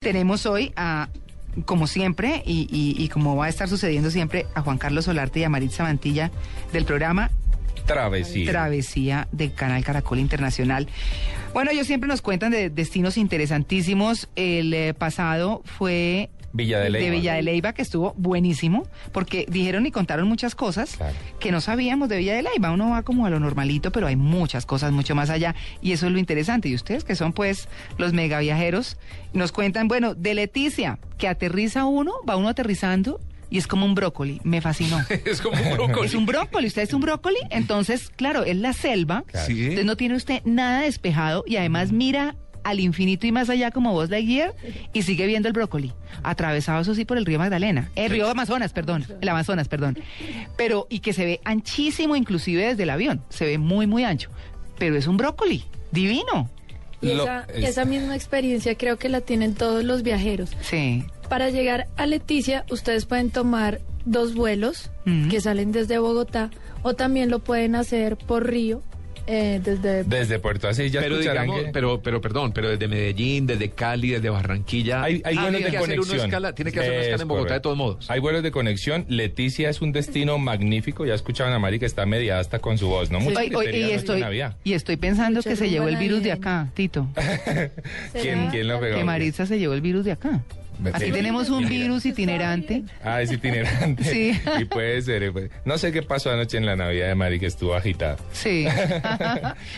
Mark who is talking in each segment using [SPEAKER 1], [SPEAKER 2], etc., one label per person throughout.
[SPEAKER 1] Tenemos hoy a, como siempre, y, y- y como va a estar sucediendo siempre, a Juan Carlos Solarte y a Maritza Mantilla del programa
[SPEAKER 2] Travesía.
[SPEAKER 1] Travesía del Canal Caracol Internacional. Bueno, ellos siempre nos cuentan de destinos interesantísimos. El eh, pasado fue
[SPEAKER 2] Villa de Leyva.
[SPEAKER 1] Villa de Leyva, que estuvo buenísimo, porque dijeron y contaron muchas cosas
[SPEAKER 2] Claro.
[SPEAKER 1] que no sabíamos de Villa de Leyva. Uno va como a lo normalito, pero hay muchas cosas mucho más allá. Y eso es lo interesante. Y ustedes, que son pues los mega viajeros, nos cuentan, bueno, de Leticia, que aterriza uno, va uno aterrizando y es como un brócoli. Me fascinó.
[SPEAKER 2] es como un brócoli.
[SPEAKER 1] es un brócoli, usted es un brócoli. Entonces, claro, es la selva.
[SPEAKER 2] Claro.
[SPEAKER 3] Sí.
[SPEAKER 1] Entonces no tiene usted nada despejado y además mira al infinito y más allá como vos la guía y sigue viendo el brócoli, atravesado eso sí por el río Magdalena, el río Amazonas, perdón, el Amazonas, perdón, pero y que se ve anchísimo inclusive desde el avión, se ve muy muy ancho, pero es un brócoli divino,
[SPEAKER 4] Y
[SPEAKER 2] Lo-
[SPEAKER 4] esa,
[SPEAKER 2] es-
[SPEAKER 4] esa misma experiencia creo que la tienen todos los viajeros.
[SPEAKER 1] sí,
[SPEAKER 4] Para llegar a Leticia, ustedes pueden tomar dos vuelos
[SPEAKER 1] Ujú.
[SPEAKER 4] que salen desde Bogotá o también lo pueden hacer por río, eh, desde...
[SPEAKER 2] Desde Puerto Asís ya
[SPEAKER 3] pero
[SPEAKER 2] escucharán
[SPEAKER 3] digamos,
[SPEAKER 2] que-
[SPEAKER 3] pero, pero perdón, pero desde Medellín, desde Cali, desde Barranquilla.
[SPEAKER 2] hay, hay
[SPEAKER 1] Ah,
[SPEAKER 2] vuelos
[SPEAKER 1] tiene
[SPEAKER 2] de
[SPEAKER 1] que
[SPEAKER 3] hacer una
[SPEAKER 2] conexión.
[SPEAKER 3] escala- tiene que hacer una
[SPEAKER 2] Es
[SPEAKER 3] escala en Bogotá, de
[SPEAKER 2] correcto.
[SPEAKER 3] todos modos.
[SPEAKER 2] Hay vuelos de conexión. Leticia es un destino magnífico. Ya escuchaban a Mari que está media hasta con su voz, ¿no? Mucha
[SPEAKER 1] Oy- oy-
[SPEAKER 2] criteria
[SPEAKER 1] y
[SPEAKER 2] no
[SPEAKER 1] estoy
[SPEAKER 2] tiene había.
[SPEAKER 1] y estoy pensando
[SPEAKER 4] Mucha
[SPEAKER 1] que se
[SPEAKER 4] rumba
[SPEAKER 1] llevó el virus de
[SPEAKER 4] navideña.
[SPEAKER 1] acá, Tito,
[SPEAKER 2] ¿Quién,
[SPEAKER 4] ¿Será?
[SPEAKER 2] quién la pegó?
[SPEAKER 1] que Maritza se llevó el virus de acá, aquí
[SPEAKER 2] Sí.
[SPEAKER 1] tenemos un
[SPEAKER 2] Mira.
[SPEAKER 1] virus itinerante,
[SPEAKER 2] Ah, es itinerante.
[SPEAKER 1] Sí.
[SPEAKER 2] Y puede ser. eh, pues. No sé qué pasó anoche en la Navidad de Mari que estuvo agitada.
[SPEAKER 1] sí,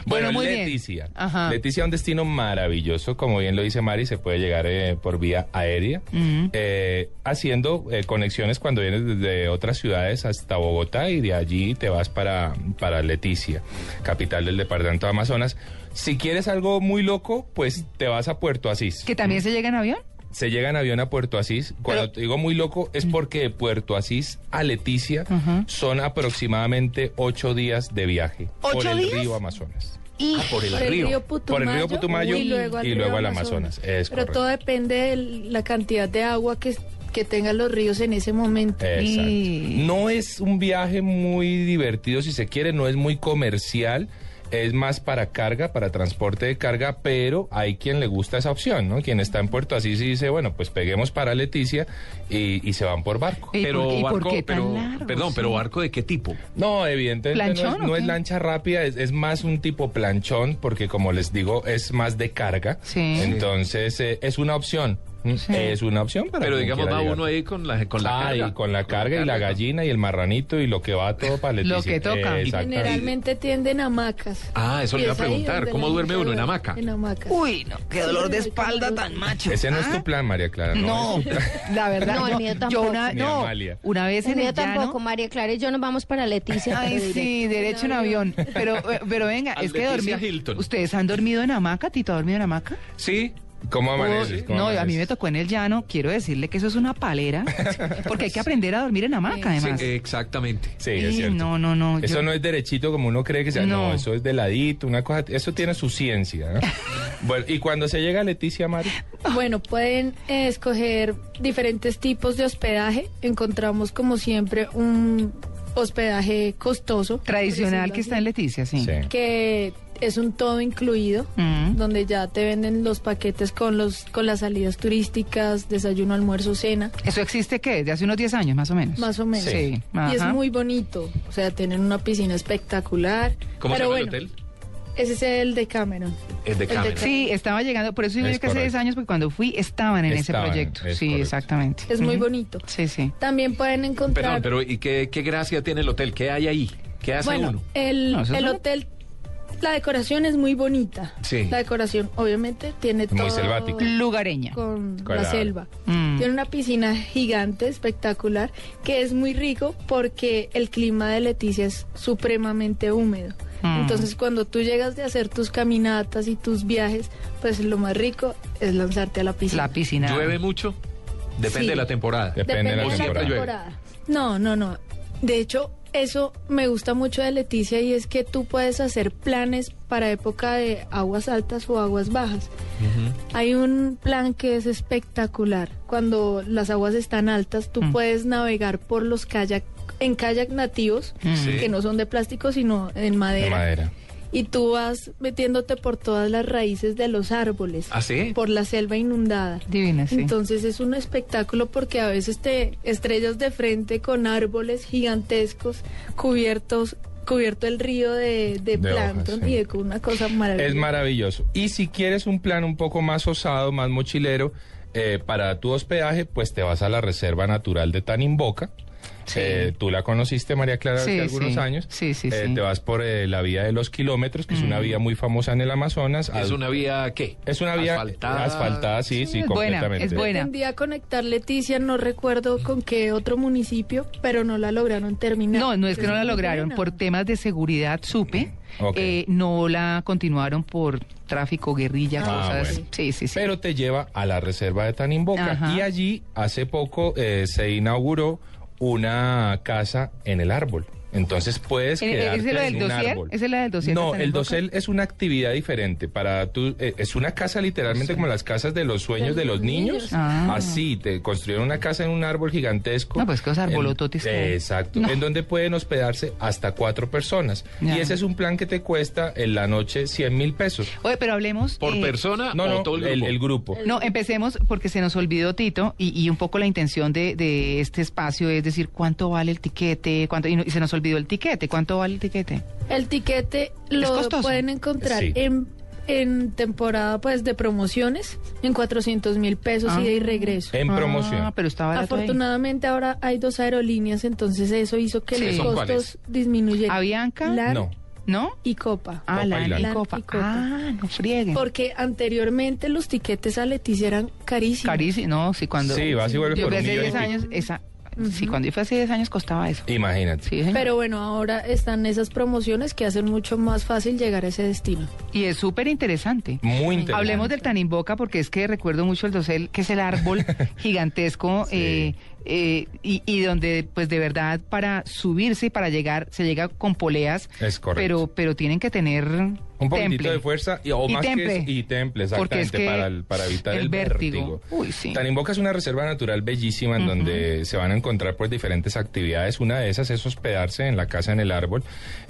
[SPEAKER 1] bueno, muy bien,
[SPEAKER 2] Leticia.
[SPEAKER 1] Ajá.
[SPEAKER 2] Leticia es un destino maravilloso, como bien lo dice Mari, se puede llegar eh, por vía aérea,
[SPEAKER 1] Ujú.
[SPEAKER 2] eh, haciendo eh, conexiones cuando vienes desde otras ciudades hasta Bogotá y de allí te vas para, para Leticia, capital del departamento de Amazonas. Si quieres algo muy loco, pues te vas a Puerto Asís.
[SPEAKER 1] que también se llega en avión.
[SPEAKER 2] Se llega en avión a Puerto Asís. Cuando
[SPEAKER 1] Pero-
[SPEAKER 2] te digo muy loco, es porque de Puerto Asís a Leticia
[SPEAKER 1] Ajá.
[SPEAKER 2] son aproximadamente ocho días de viaje por
[SPEAKER 1] ¿Ocho
[SPEAKER 2] el
[SPEAKER 1] días?
[SPEAKER 2] río Amazonas.
[SPEAKER 1] Y
[SPEAKER 3] por el
[SPEAKER 4] Por el
[SPEAKER 3] río.
[SPEAKER 4] río
[SPEAKER 2] Por el río Putumayo
[SPEAKER 4] y luego al,
[SPEAKER 2] y
[SPEAKER 4] río
[SPEAKER 2] luego al Amazonas, es
[SPEAKER 4] Pero
[SPEAKER 2] correcto.
[SPEAKER 4] todo depende de la cantidad de agua que, que tengan los ríos en ese momento.
[SPEAKER 2] Exacto.
[SPEAKER 1] Y-
[SPEAKER 2] No es un viaje muy divertido si se quiere, no es muy comercial. Es más para carga, para transporte de carga, pero hay quien le gusta esa opción, ¿no? Quien está en Puerto Asís y dice, bueno, pues peguemos para Leticia y, y se van por barco.
[SPEAKER 1] ¿Y por qué-
[SPEAKER 3] Pero
[SPEAKER 1] y por
[SPEAKER 3] barco,
[SPEAKER 1] qué tan
[SPEAKER 3] pero,
[SPEAKER 1] largo,
[SPEAKER 3] perdón,
[SPEAKER 1] sí?
[SPEAKER 3] pero barco de qué tipo?
[SPEAKER 2] No, evidentemente no
[SPEAKER 1] ¿Planchón
[SPEAKER 2] es,
[SPEAKER 1] o
[SPEAKER 2] no
[SPEAKER 1] qué?
[SPEAKER 2] es lancha rápida, es, es más un tipo planchón, porque como les digo, es más de carga.
[SPEAKER 1] Sí.
[SPEAKER 2] Entonces, eh, es una opción. Es una opción, para
[SPEAKER 3] Pero
[SPEAKER 2] quien
[SPEAKER 3] digamos,
[SPEAKER 2] quiera
[SPEAKER 3] va
[SPEAKER 2] llegar.
[SPEAKER 3] uno ahí con la, con la
[SPEAKER 2] Ah,
[SPEAKER 3] carga.
[SPEAKER 2] y con la carga y la gallina y el marranito y lo que va todo para Leticia.
[SPEAKER 1] Lo que toca.
[SPEAKER 2] Exactamente.
[SPEAKER 4] Generalmente tienden hamacas.
[SPEAKER 3] Ah, eso
[SPEAKER 4] Y
[SPEAKER 3] le iba a
[SPEAKER 4] es ahí
[SPEAKER 3] preguntar.
[SPEAKER 4] donde
[SPEAKER 3] ¿Cómo
[SPEAKER 4] la
[SPEAKER 3] duerme
[SPEAKER 4] gente
[SPEAKER 3] uno en
[SPEAKER 4] duerme,
[SPEAKER 3] hamaca?
[SPEAKER 4] En hamacas.
[SPEAKER 1] Uy, no, qué dolor de
[SPEAKER 4] Sí,
[SPEAKER 1] espalda
[SPEAKER 4] sí.
[SPEAKER 1] tan macho.
[SPEAKER 2] Ese no es
[SPEAKER 1] Ah,
[SPEAKER 2] tu plan, María Clara. No.
[SPEAKER 1] No,
[SPEAKER 2] es tu plan.
[SPEAKER 1] la verdad.
[SPEAKER 5] No, el mío
[SPEAKER 1] Yo
[SPEAKER 5] tampoco.
[SPEAKER 1] una,
[SPEAKER 2] Ni
[SPEAKER 1] no,
[SPEAKER 2] Amalia.
[SPEAKER 1] una vez en
[SPEAKER 5] El
[SPEAKER 1] el
[SPEAKER 5] mío
[SPEAKER 1] llano-
[SPEAKER 5] tampoco, María Clara y yo nos vamos para Leticia.
[SPEAKER 1] Ay,
[SPEAKER 5] pero
[SPEAKER 1] sí,
[SPEAKER 5] directo.
[SPEAKER 1] derecho en avión. Pero, eh, pero venga,
[SPEAKER 3] Al
[SPEAKER 1] es que
[SPEAKER 3] Leticia
[SPEAKER 1] dormir.
[SPEAKER 3] Hilton.
[SPEAKER 1] ¿Ustedes han dormido en hamaca? ¿Tito ha dormido en hamaca?
[SPEAKER 2] Sí. ¿Cómo amaneces?
[SPEAKER 1] Uy,
[SPEAKER 2] ¿Cómo
[SPEAKER 1] no, a
[SPEAKER 2] amaneces?
[SPEAKER 1] mí me tocó en el llano. Quiero decirle que eso es una palera. Porque hay que aprender a dormir en hamaca,
[SPEAKER 3] Sí,
[SPEAKER 1] además.
[SPEAKER 3] exactamente.
[SPEAKER 2] eh, Sí, es
[SPEAKER 1] Y
[SPEAKER 2] cierto.
[SPEAKER 1] no, no, no,
[SPEAKER 2] Eso
[SPEAKER 1] yo-
[SPEAKER 2] no es derechito como uno cree que sea. No.
[SPEAKER 1] No.
[SPEAKER 2] eso es de ladito, una cosa. Eso tiene su ciencia. ¿no? bueno, y cuando se llega a Leticia, Mari.
[SPEAKER 4] Bueno, pueden eh, escoger diferentes tipos de hospedaje. Encontramos, como siempre, un hospedaje costoso.
[SPEAKER 1] Tradicional
[SPEAKER 4] por
[SPEAKER 1] que está
[SPEAKER 4] decirlo
[SPEAKER 1] en Leticia, sí.
[SPEAKER 4] así, Que es un todo incluido,
[SPEAKER 1] Mm.
[SPEAKER 4] donde ya te venden los paquetes con, los, con las salidas turísticas, desayuno, almuerzo, cena,
[SPEAKER 1] ¿Eso existe qué? ¿De hace unos 10 años, más o menos?
[SPEAKER 4] más o menos.
[SPEAKER 2] Sí.
[SPEAKER 4] Y es
[SPEAKER 1] ajá.
[SPEAKER 4] muy bonito. O sea, tienen una piscina espectacular. Pero
[SPEAKER 3] ¿Cómo se llama
[SPEAKER 4] bueno,
[SPEAKER 3] el hotel?
[SPEAKER 4] Ese es el de Cameron.
[SPEAKER 3] El de
[SPEAKER 4] el de
[SPEAKER 3] Cameron.
[SPEAKER 4] Cameron.
[SPEAKER 1] Sí, estaba llegando, por eso digo
[SPEAKER 2] Es
[SPEAKER 1] yo que hace 10
[SPEAKER 2] correcto.
[SPEAKER 1] años, porque cuando fui estaban en
[SPEAKER 2] Estaban,
[SPEAKER 1] ese proyecto.
[SPEAKER 2] es
[SPEAKER 1] sí,
[SPEAKER 2] correcto.
[SPEAKER 1] exactamente.
[SPEAKER 4] Es muy
[SPEAKER 1] Ujú.
[SPEAKER 4] bonito.
[SPEAKER 1] Sí, sí.
[SPEAKER 4] También pueden encontrar...
[SPEAKER 3] Perdón, pero ¿y qué, qué gracia tiene el hotel? ¿Qué hay ahí? ¿Qué hace
[SPEAKER 4] bueno,
[SPEAKER 3] uno?
[SPEAKER 4] el,
[SPEAKER 1] No, eso es
[SPEAKER 4] el
[SPEAKER 1] una-
[SPEAKER 4] hotel, la decoración es muy bonita.
[SPEAKER 3] Sí.
[SPEAKER 4] La decoración, obviamente, tiene
[SPEAKER 2] Muy
[SPEAKER 4] todo
[SPEAKER 2] selvático.
[SPEAKER 1] Lugareña.
[SPEAKER 4] con
[SPEAKER 2] Claro.
[SPEAKER 4] la selva.
[SPEAKER 1] Mm.
[SPEAKER 4] Tiene una piscina gigante, espectacular, que es muy rico porque el clima de Leticia es supremamente húmedo.
[SPEAKER 1] Mm.
[SPEAKER 4] Entonces, cuando tú llegas de hacer tus caminatas y tus viajes, pues lo más rico es lanzarte a la piscina.
[SPEAKER 1] La piscina.
[SPEAKER 3] ¿Llueve mucho? Depende
[SPEAKER 4] Sí.
[SPEAKER 3] de la temporada.
[SPEAKER 2] Dep- Depende de la temporada.
[SPEAKER 4] No, no, no. De hecho, eso me gusta mucho de Leticia y es que tú puedes hacer planes para época de aguas altas o aguas bajas. Hay un plan que es espectacular. Cuando las aguas están altas, tú
[SPEAKER 1] Mm.
[SPEAKER 4] puedes navegar por los kayak en kayak nativos
[SPEAKER 1] Mm.
[SPEAKER 3] Sí.
[SPEAKER 4] que no son de plástico sino en
[SPEAKER 2] De
[SPEAKER 4] madera.
[SPEAKER 2] madera.
[SPEAKER 4] y tú vas metiéndote por todas las raíces de los árboles,
[SPEAKER 3] ¿Ah, sí?
[SPEAKER 4] por la selva inundada.
[SPEAKER 1] Divina, sí.
[SPEAKER 4] Entonces es un espectáculo porque a veces te estrellas de frente con árboles gigantescos cubiertos cubierto el río de, de,
[SPEAKER 2] De hojas,
[SPEAKER 4] plancton
[SPEAKER 2] sí.
[SPEAKER 4] y de una cosa maravillosa.
[SPEAKER 2] Es maravilloso. Y si quieres un plan un poco más osado, más mochilero, eh, para tu hospedaje, pues te vas a la Reserva Natural de Tanimboca.
[SPEAKER 1] Sí.
[SPEAKER 2] Eh, tú la conociste, María Clara,
[SPEAKER 1] Sí,
[SPEAKER 2] hace algunos
[SPEAKER 1] sí.
[SPEAKER 2] años.
[SPEAKER 1] Sí, sí,
[SPEAKER 2] Eh,
[SPEAKER 1] sí. Mm.
[SPEAKER 2] Te vas por eh, la vía de los kilómetros, que es una vía muy famosa en el Amazonas.
[SPEAKER 3] ¿Es
[SPEAKER 2] Al-
[SPEAKER 3] una vía qué?
[SPEAKER 2] es una vía
[SPEAKER 3] asfaltada.
[SPEAKER 2] asfaltada, sí, sí,
[SPEAKER 1] Sí, es buena,
[SPEAKER 2] completamente.
[SPEAKER 1] es buena.
[SPEAKER 4] Un día conectar Leticia, no recuerdo con qué otro municipio, pero no la lograron terminar.
[SPEAKER 1] No, no es que no la
[SPEAKER 4] muy
[SPEAKER 1] lograron.
[SPEAKER 4] buena.
[SPEAKER 1] Por temas de seguridad, supe.
[SPEAKER 2] Ok.
[SPEAKER 1] eh, no la continuaron por tráfico, guerrilla,
[SPEAKER 2] Ah,
[SPEAKER 1] cosas.
[SPEAKER 2] bueno.
[SPEAKER 1] Sí, sí, sí.
[SPEAKER 2] pero te lleva a la reserva de Tanimboca.
[SPEAKER 1] Ajá.
[SPEAKER 2] Y allí hace poco eh, se inauguró una casa en el árbol. Entonces puedes
[SPEAKER 1] ¿E-
[SPEAKER 2] quedarte
[SPEAKER 1] ¿Ese es la
[SPEAKER 2] en
[SPEAKER 1] del
[SPEAKER 2] un
[SPEAKER 1] dossier?
[SPEAKER 2] árbol.
[SPEAKER 1] ¿Esa es la del dossier de
[SPEAKER 2] No, el
[SPEAKER 1] Tanimboca?
[SPEAKER 2] dosel es una actividad diferente. Para tú, eh, es una casa literalmente como las casas de los sueños de los niños.
[SPEAKER 1] Ah.
[SPEAKER 2] Así, te construyeron una casa en un árbol gigantesco.
[SPEAKER 1] No, pues, que los
[SPEAKER 2] En-
[SPEAKER 1] arbolototes que hay.
[SPEAKER 2] exacto.
[SPEAKER 1] No.
[SPEAKER 2] En donde pueden hospedarse hasta cuatro personas.
[SPEAKER 1] Ya.
[SPEAKER 2] Y ese es un plan que te cuesta en la noche 100 mil pesos.
[SPEAKER 1] Oye, pero hablemos.
[SPEAKER 3] ¿Por
[SPEAKER 1] eh,
[SPEAKER 3] persona
[SPEAKER 2] No,
[SPEAKER 3] Ah, o
[SPEAKER 2] no,
[SPEAKER 3] todo el
[SPEAKER 2] el,
[SPEAKER 3] grupo?
[SPEAKER 2] el grupo.
[SPEAKER 1] No, empecemos porque se nos olvidó Tito y, y un poco la intención de, de este espacio es decir cuánto vale el tiquete, cuánto y, no- y se nos olvidó el tiquete, cuánto vale el tiquete.
[SPEAKER 4] El tiquete lo
[SPEAKER 1] costoso.
[SPEAKER 4] pueden encontrar
[SPEAKER 2] Sí.
[SPEAKER 4] en, en temporada pues de promociones en 400 mil pesos
[SPEAKER 1] Ah.
[SPEAKER 4] ida y regreso.
[SPEAKER 2] En
[SPEAKER 1] Ah,
[SPEAKER 2] promoción.
[SPEAKER 1] pero está barato. ahí.
[SPEAKER 4] Afortunadamente ahora hay dos aerolíneas, entonces eso hizo que
[SPEAKER 1] Sí.
[SPEAKER 4] los
[SPEAKER 1] ¿Son
[SPEAKER 4] costos
[SPEAKER 2] cuáles?
[SPEAKER 4] disminuyeran.
[SPEAKER 1] Avianca,
[SPEAKER 4] LAN
[SPEAKER 2] No.
[SPEAKER 1] ¿no?
[SPEAKER 4] y Copa.
[SPEAKER 1] Ah,
[SPEAKER 2] Copa y
[SPEAKER 1] la
[SPEAKER 2] LAN.
[SPEAKER 1] y copa.
[SPEAKER 4] LAN y Copa.
[SPEAKER 1] Ah, no frieguen.
[SPEAKER 4] Porque anteriormente los tiquetes a Leticia eran carísimos.
[SPEAKER 1] Carísimo, no, sí, cuando
[SPEAKER 2] Sí, vas y vuelves
[SPEAKER 1] yo
[SPEAKER 2] por
[SPEAKER 1] fui
[SPEAKER 2] un
[SPEAKER 1] hace
[SPEAKER 2] millón y
[SPEAKER 1] 10
[SPEAKER 2] pico.
[SPEAKER 1] años, esa,
[SPEAKER 4] Ujú.
[SPEAKER 1] sí, cuando yo fui hace 10 años costaba eso.
[SPEAKER 2] Imagínate.
[SPEAKER 1] Sí, señor.
[SPEAKER 4] Pero bueno, ahora están esas promociones que hacen mucho más fácil llegar a ese destino.
[SPEAKER 1] y es súper interesante.
[SPEAKER 2] Muy interesante.
[SPEAKER 1] Hablemos del Tanimboca porque es que recuerdo mucho el dosel, que es el árbol gigantesco
[SPEAKER 2] Sí.
[SPEAKER 1] eh, eh, y, y donde pues de verdad para subirse y para llegar se llega con poleas,
[SPEAKER 2] Es correcto.
[SPEAKER 1] pero pero tienen que tener un
[SPEAKER 2] un poquitito de fuerza y, o
[SPEAKER 1] Y
[SPEAKER 2] más que
[SPEAKER 1] temple.
[SPEAKER 2] es- y temple,
[SPEAKER 1] Porque
[SPEAKER 2] exactamente,
[SPEAKER 1] es que
[SPEAKER 2] para, el- para evitar
[SPEAKER 1] el
[SPEAKER 2] el,
[SPEAKER 1] vértigo.
[SPEAKER 2] vértigo.
[SPEAKER 1] Uy, sí.
[SPEAKER 2] Tanimboca es una reserva natural bellísima en
[SPEAKER 1] Ujú.
[SPEAKER 2] donde se van a encontrar pues diferentes actividades. Una de esas es hospedarse en la casa en el árbol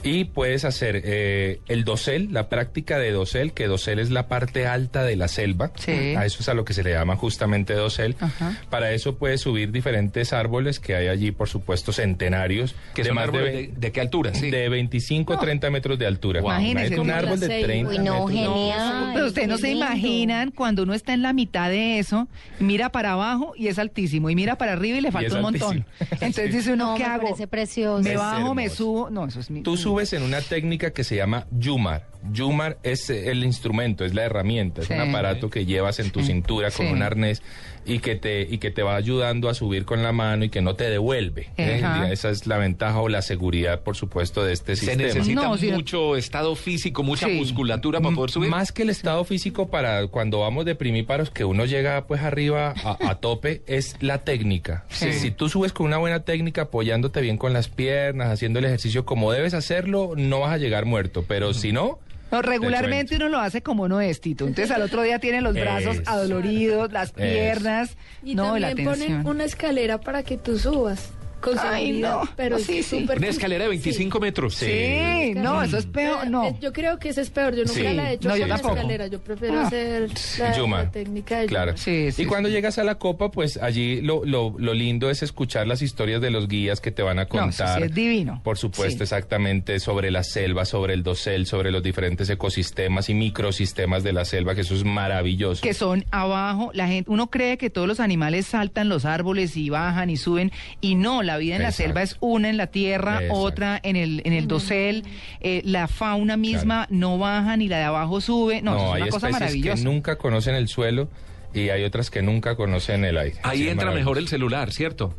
[SPEAKER 2] y puedes hacer eh, el dosel, la práctica de dosel, que dosel es la parte alta de la selva.
[SPEAKER 1] Sí.
[SPEAKER 2] A eso es a lo que se le llama justamente dosel.
[SPEAKER 1] Ajá.
[SPEAKER 2] Para eso puedes subir diferentes árboles que hay allí, por supuesto, centenarios.
[SPEAKER 3] Que
[SPEAKER 2] de
[SPEAKER 3] son
[SPEAKER 2] más de
[SPEAKER 3] árboles
[SPEAKER 2] ve-
[SPEAKER 3] de, de qué altura? Sí.
[SPEAKER 2] de 25 a 30 metros de altura.
[SPEAKER 1] Wow. Imagínese,
[SPEAKER 2] un
[SPEAKER 1] como
[SPEAKER 2] árbol
[SPEAKER 4] las
[SPEAKER 2] de
[SPEAKER 4] seis.
[SPEAKER 2] 30
[SPEAKER 5] Uy, no,
[SPEAKER 2] metros.
[SPEAKER 5] genial.
[SPEAKER 1] Pero ustedes no
[SPEAKER 5] qué
[SPEAKER 1] se
[SPEAKER 5] lindo.
[SPEAKER 1] imaginan cuando uno está en la mitad de eso, mira para abajo y es altísimo, y mira para arriba y le falta
[SPEAKER 2] es
[SPEAKER 1] un montón.
[SPEAKER 2] altísimo.
[SPEAKER 1] Entonces
[SPEAKER 2] Sí.
[SPEAKER 1] dice uno,
[SPEAKER 5] No,
[SPEAKER 1] ¿qué
[SPEAKER 5] me
[SPEAKER 1] hago?
[SPEAKER 5] parece precioso.
[SPEAKER 1] Me
[SPEAKER 2] Es
[SPEAKER 1] bajo, me
[SPEAKER 2] hermoso.
[SPEAKER 1] subo. No, eso es mi.
[SPEAKER 2] Tú subes en una técnica que se llama Yumar. Yumar es eh, el instrumento, es la herramienta,
[SPEAKER 1] Sí.
[SPEAKER 2] es un aparato que llevas en tu
[SPEAKER 1] Sí.
[SPEAKER 2] cintura con
[SPEAKER 1] Sí.
[SPEAKER 2] un arnés y que te y que te va ayudando a subir con la mano y que no te devuelve. ¿eh?
[SPEAKER 1] Ajá.
[SPEAKER 2] Esa es la ventaja o la seguridad, por supuesto, de este
[SPEAKER 3] Se
[SPEAKER 2] sistema.
[SPEAKER 3] necesita
[SPEAKER 1] No, sí.
[SPEAKER 3] mucho estado físico, mucha
[SPEAKER 1] Sí.
[SPEAKER 3] musculatura para poder subir.
[SPEAKER 2] Más que el estado físico para cuando vamos de primíparos, que uno llega pues arriba a, a tope, es la técnica.
[SPEAKER 1] Sí.
[SPEAKER 2] Si, si tú subes con una buena técnica, apoyándote bien con las piernas, haciendo el ejercicio como debes hacerlo, no vas a llegar muerto. Pero si no,
[SPEAKER 1] No, regularmente
[SPEAKER 2] Te
[SPEAKER 1] uno lo hace como no es, Tito. Entonces al otro día tienen los brazos
[SPEAKER 2] Es.
[SPEAKER 1] adoloridos, las
[SPEAKER 2] Es.
[SPEAKER 1] piernas,
[SPEAKER 4] Y
[SPEAKER 1] no, la
[SPEAKER 4] también
[SPEAKER 1] tensión.
[SPEAKER 4] ponen una escalera para que tú subas. Con
[SPEAKER 1] Ay,
[SPEAKER 4] seguridad,
[SPEAKER 1] no.
[SPEAKER 4] pero
[SPEAKER 1] Sí,
[SPEAKER 4] es
[SPEAKER 1] sí.
[SPEAKER 4] súper
[SPEAKER 3] Una escalera de
[SPEAKER 4] Sí.
[SPEAKER 3] 25 metros.
[SPEAKER 1] Sí, no, eso es peor, no.
[SPEAKER 4] Eh, Yo creo que esa es peor. Yo nunca
[SPEAKER 2] Sí.
[SPEAKER 4] la he hecho
[SPEAKER 1] No, yo
[SPEAKER 4] con la
[SPEAKER 1] tampoco.
[SPEAKER 4] escalera. Yo prefiero
[SPEAKER 1] Ah.
[SPEAKER 4] hacer la,
[SPEAKER 2] Yuma.
[SPEAKER 4] la técnica de
[SPEAKER 2] Claro.
[SPEAKER 4] Yuma.
[SPEAKER 1] Sí, sí,
[SPEAKER 2] y cuando
[SPEAKER 1] sí.
[SPEAKER 2] llegas a la copa, pues allí lo, lo, lo lindo es escuchar las historias de los guías que te van a
[SPEAKER 1] No, eso
[SPEAKER 2] contar.
[SPEAKER 1] sí es divino.
[SPEAKER 2] Por supuesto,
[SPEAKER 1] Sí.
[SPEAKER 2] exactamente, sobre la selva, sobre el dosel, sobre los diferentes ecosistemas y microsistemas de la selva, que eso es maravilloso.
[SPEAKER 1] que son abajo, la gente, uno cree que todos los animales saltan los árboles y bajan y suben, y no, la vida en
[SPEAKER 2] Exacto.
[SPEAKER 1] la selva es una en la tierra,
[SPEAKER 2] Exacto.
[SPEAKER 1] otra en el, en el dosel, eh, la fauna misma no baja ni la de abajo sube, no, eso es
[SPEAKER 2] hay
[SPEAKER 1] una cosa
[SPEAKER 2] especies
[SPEAKER 1] maravillosa.
[SPEAKER 2] que nunca conocen el suelo y hay otras que nunca conocen el aire.
[SPEAKER 3] Ahí
[SPEAKER 2] Sí, es
[SPEAKER 3] entra mejor
[SPEAKER 2] maravilloso.
[SPEAKER 3] el celular, ¿cierto?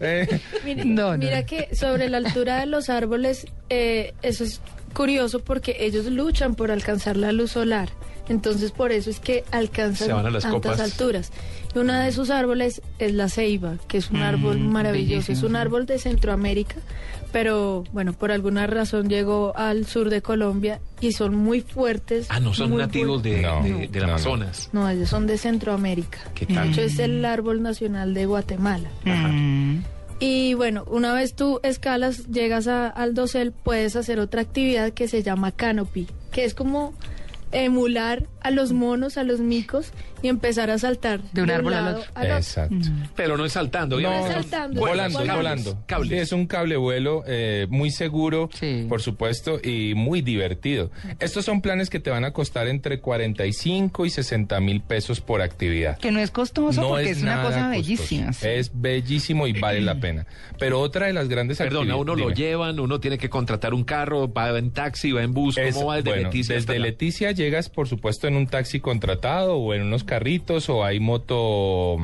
[SPEAKER 2] Eh,
[SPEAKER 4] Mire,
[SPEAKER 1] No, no,
[SPEAKER 4] mira
[SPEAKER 1] no.
[SPEAKER 4] que sobre la altura de los árboles, eh, eso es curioso porque ellos luchan por alcanzar la luz solar. Entonces por eso es que alcanzan
[SPEAKER 3] Se van a las
[SPEAKER 4] altas
[SPEAKER 3] copas.
[SPEAKER 4] alturas. Y uno de esos árboles es la ceiba, que es un
[SPEAKER 1] Mm,
[SPEAKER 4] árbol maravilloso. Es
[SPEAKER 1] bellísimo,
[SPEAKER 4] un
[SPEAKER 1] sí.
[SPEAKER 4] árbol de Centroamérica, pero bueno, por alguna razón llegó al sur de Colombia y son muy fuertes.
[SPEAKER 3] Ah, no, son
[SPEAKER 4] muy
[SPEAKER 3] nativos de,
[SPEAKER 2] No,
[SPEAKER 3] de- Mm. del
[SPEAKER 2] no, no.
[SPEAKER 3] Amazonas.
[SPEAKER 4] No, ellos son de Centroamérica.
[SPEAKER 3] ¿Qué
[SPEAKER 4] De
[SPEAKER 3] tal?
[SPEAKER 4] hecho, es el árbol nacional de Guatemala.
[SPEAKER 1] Mm.
[SPEAKER 4] Y bueno, una vez tú escalas, llegas a- al dosel, puedes hacer otra actividad que se llama canopy, que es como emular a los monos, a los micos y empezar a saltar
[SPEAKER 1] De un árbol al
[SPEAKER 4] lado
[SPEAKER 1] otro.
[SPEAKER 2] Exacto.
[SPEAKER 1] Mm.
[SPEAKER 3] Pero no es saltando,
[SPEAKER 2] No,
[SPEAKER 3] obviamente.
[SPEAKER 4] es saltando,
[SPEAKER 2] volando,
[SPEAKER 4] es
[SPEAKER 2] es
[SPEAKER 4] cables,
[SPEAKER 2] volando.
[SPEAKER 3] cables.
[SPEAKER 2] Sí, es un cable vuelo eh, muy seguro,
[SPEAKER 1] Sí.
[SPEAKER 2] por supuesto, y muy divertido. Estos son planes que te van a costar entre 45 y 60 mil pesos por actividad.
[SPEAKER 1] Que no es costoso
[SPEAKER 2] No
[SPEAKER 1] porque es, una
[SPEAKER 2] nada
[SPEAKER 1] cosa
[SPEAKER 2] costoso. Eh,
[SPEAKER 1] bellísima. sí.
[SPEAKER 2] Es bellísimo y vale la pena. Pero otra de las grandes
[SPEAKER 3] Perdón, a
[SPEAKER 2] actividades-
[SPEAKER 3] uno lo
[SPEAKER 2] dime.
[SPEAKER 3] llevan, uno tiene que contratar un carro, va en taxi, va en bus, ¿cómo
[SPEAKER 2] Es-
[SPEAKER 3] va desde
[SPEAKER 2] bueno,
[SPEAKER 3] Leticia? hasta
[SPEAKER 2] Desde
[SPEAKER 3] la-
[SPEAKER 2] Leticia llegas, por supuesto, en un taxi contratado o en unos carritos o hay moto,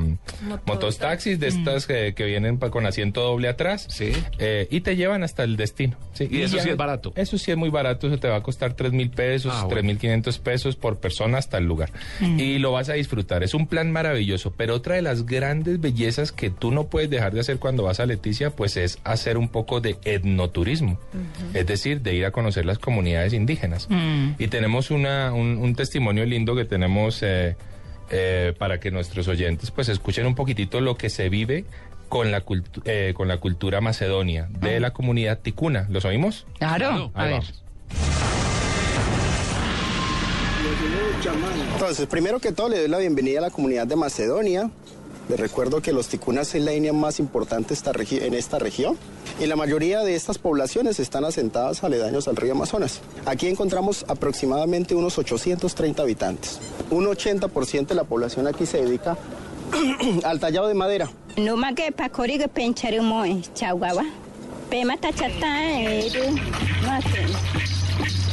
[SPEAKER 2] motos taxis de estas que, que vienen pa- con asiento doble atrás.
[SPEAKER 3] Sí.
[SPEAKER 2] Eh, y te llevan hasta el destino.
[SPEAKER 3] Y eso sí es barato.
[SPEAKER 2] Eso sí es muy barato. Eso te va a costar 3 mil pesos,
[SPEAKER 3] Ah, bueno.
[SPEAKER 2] 3 mil 500 pesos por persona hasta el lugar. Y lo vas a disfrutar. Es un plan maravilloso. Pero otra de las grandes bellezas que tú no puedes dejar de hacer cuando vas a Leticia, pues es hacer un poco de etnoturismo. Es decir, de ir a conocer las comunidades indígenas.
[SPEAKER 1] Mm.
[SPEAKER 2] Y tenemos una, un, un testimonio lindo que tenemos eh, eh, para que nuestros oyentes pues escuchen un poquitito lo que se vive con la, cultu- eh, con la cultura macedonia de la comunidad ticuna. ¿Los oímos?
[SPEAKER 1] Claro. A
[SPEAKER 2] Ahí
[SPEAKER 1] ver.
[SPEAKER 2] vamos.
[SPEAKER 6] Entonces, primero que todo, le doy la bienvenida a la comunidad de Macedonia. Les recuerdo que los ticunas es la etnia más importante esta regi- en esta región y la mayoría de estas poblaciones están asentadas aledaños al río Amazonas. Aquí encontramos aproximadamente unos 830 habitantes. Un 80% de la población aquí se dedica al tallado de madera.
[SPEAKER 7] Numa que pakori que penchar un moe, chaguaba. Pema tachata, eh, no sé.